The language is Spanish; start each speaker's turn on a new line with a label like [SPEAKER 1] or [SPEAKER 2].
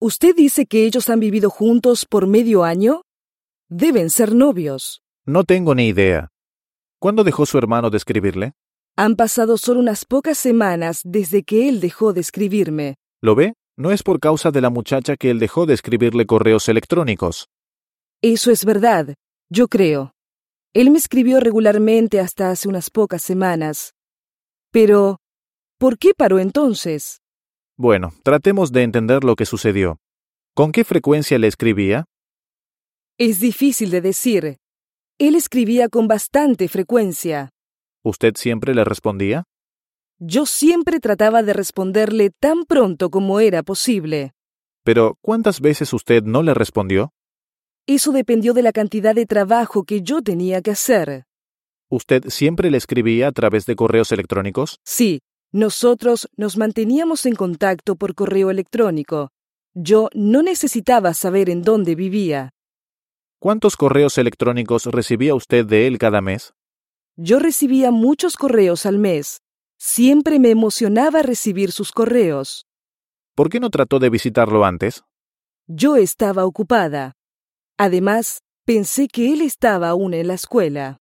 [SPEAKER 1] ¿Usted dice que ellos han vivido juntos por medio año? Deben ser novios.
[SPEAKER 2] No tengo ni idea. ¿Cuándo dejó su hermano de escribirle?
[SPEAKER 1] Han pasado solo unas pocas semanas desde que él dejó de escribirme.
[SPEAKER 2] ¿Lo ve? No es por causa de la muchacha que él dejó de escribirle correos electrónicos.
[SPEAKER 1] Eso es verdad, yo creo. Él me escribió regularmente hasta hace unas pocas semanas. Pero, ¿por qué paró entonces?
[SPEAKER 2] Bueno, tratemos de entender lo que sucedió. ¿Con qué frecuencia le escribía?
[SPEAKER 1] Es difícil de decir. Él escribía con bastante frecuencia.
[SPEAKER 2] ¿Usted siempre le respondía?
[SPEAKER 1] Yo siempre trataba de responderle tan pronto como era posible.
[SPEAKER 2] Pero ¿cuántas veces usted no le respondió?
[SPEAKER 1] Eso dependió de la cantidad de trabajo que yo tenía que hacer.
[SPEAKER 2] ¿Usted siempre le escribía a través de correos electrónicos?
[SPEAKER 1] Sí, nosotros nos manteníamos en contacto por correo electrónico. Yo no necesitaba saber en dónde vivía.
[SPEAKER 2] ¿Cuántos correos electrónicos recibía usted de él cada mes?
[SPEAKER 1] Yo recibía muchos correos al mes. Siempre me emocionaba recibir sus correos.
[SPEAKER 2] ¿Por qué no trató de visitarlo antes?
[SPEAKER 1] Yo estaba ocupada. Además, pensé que él estaba aún en la escuela.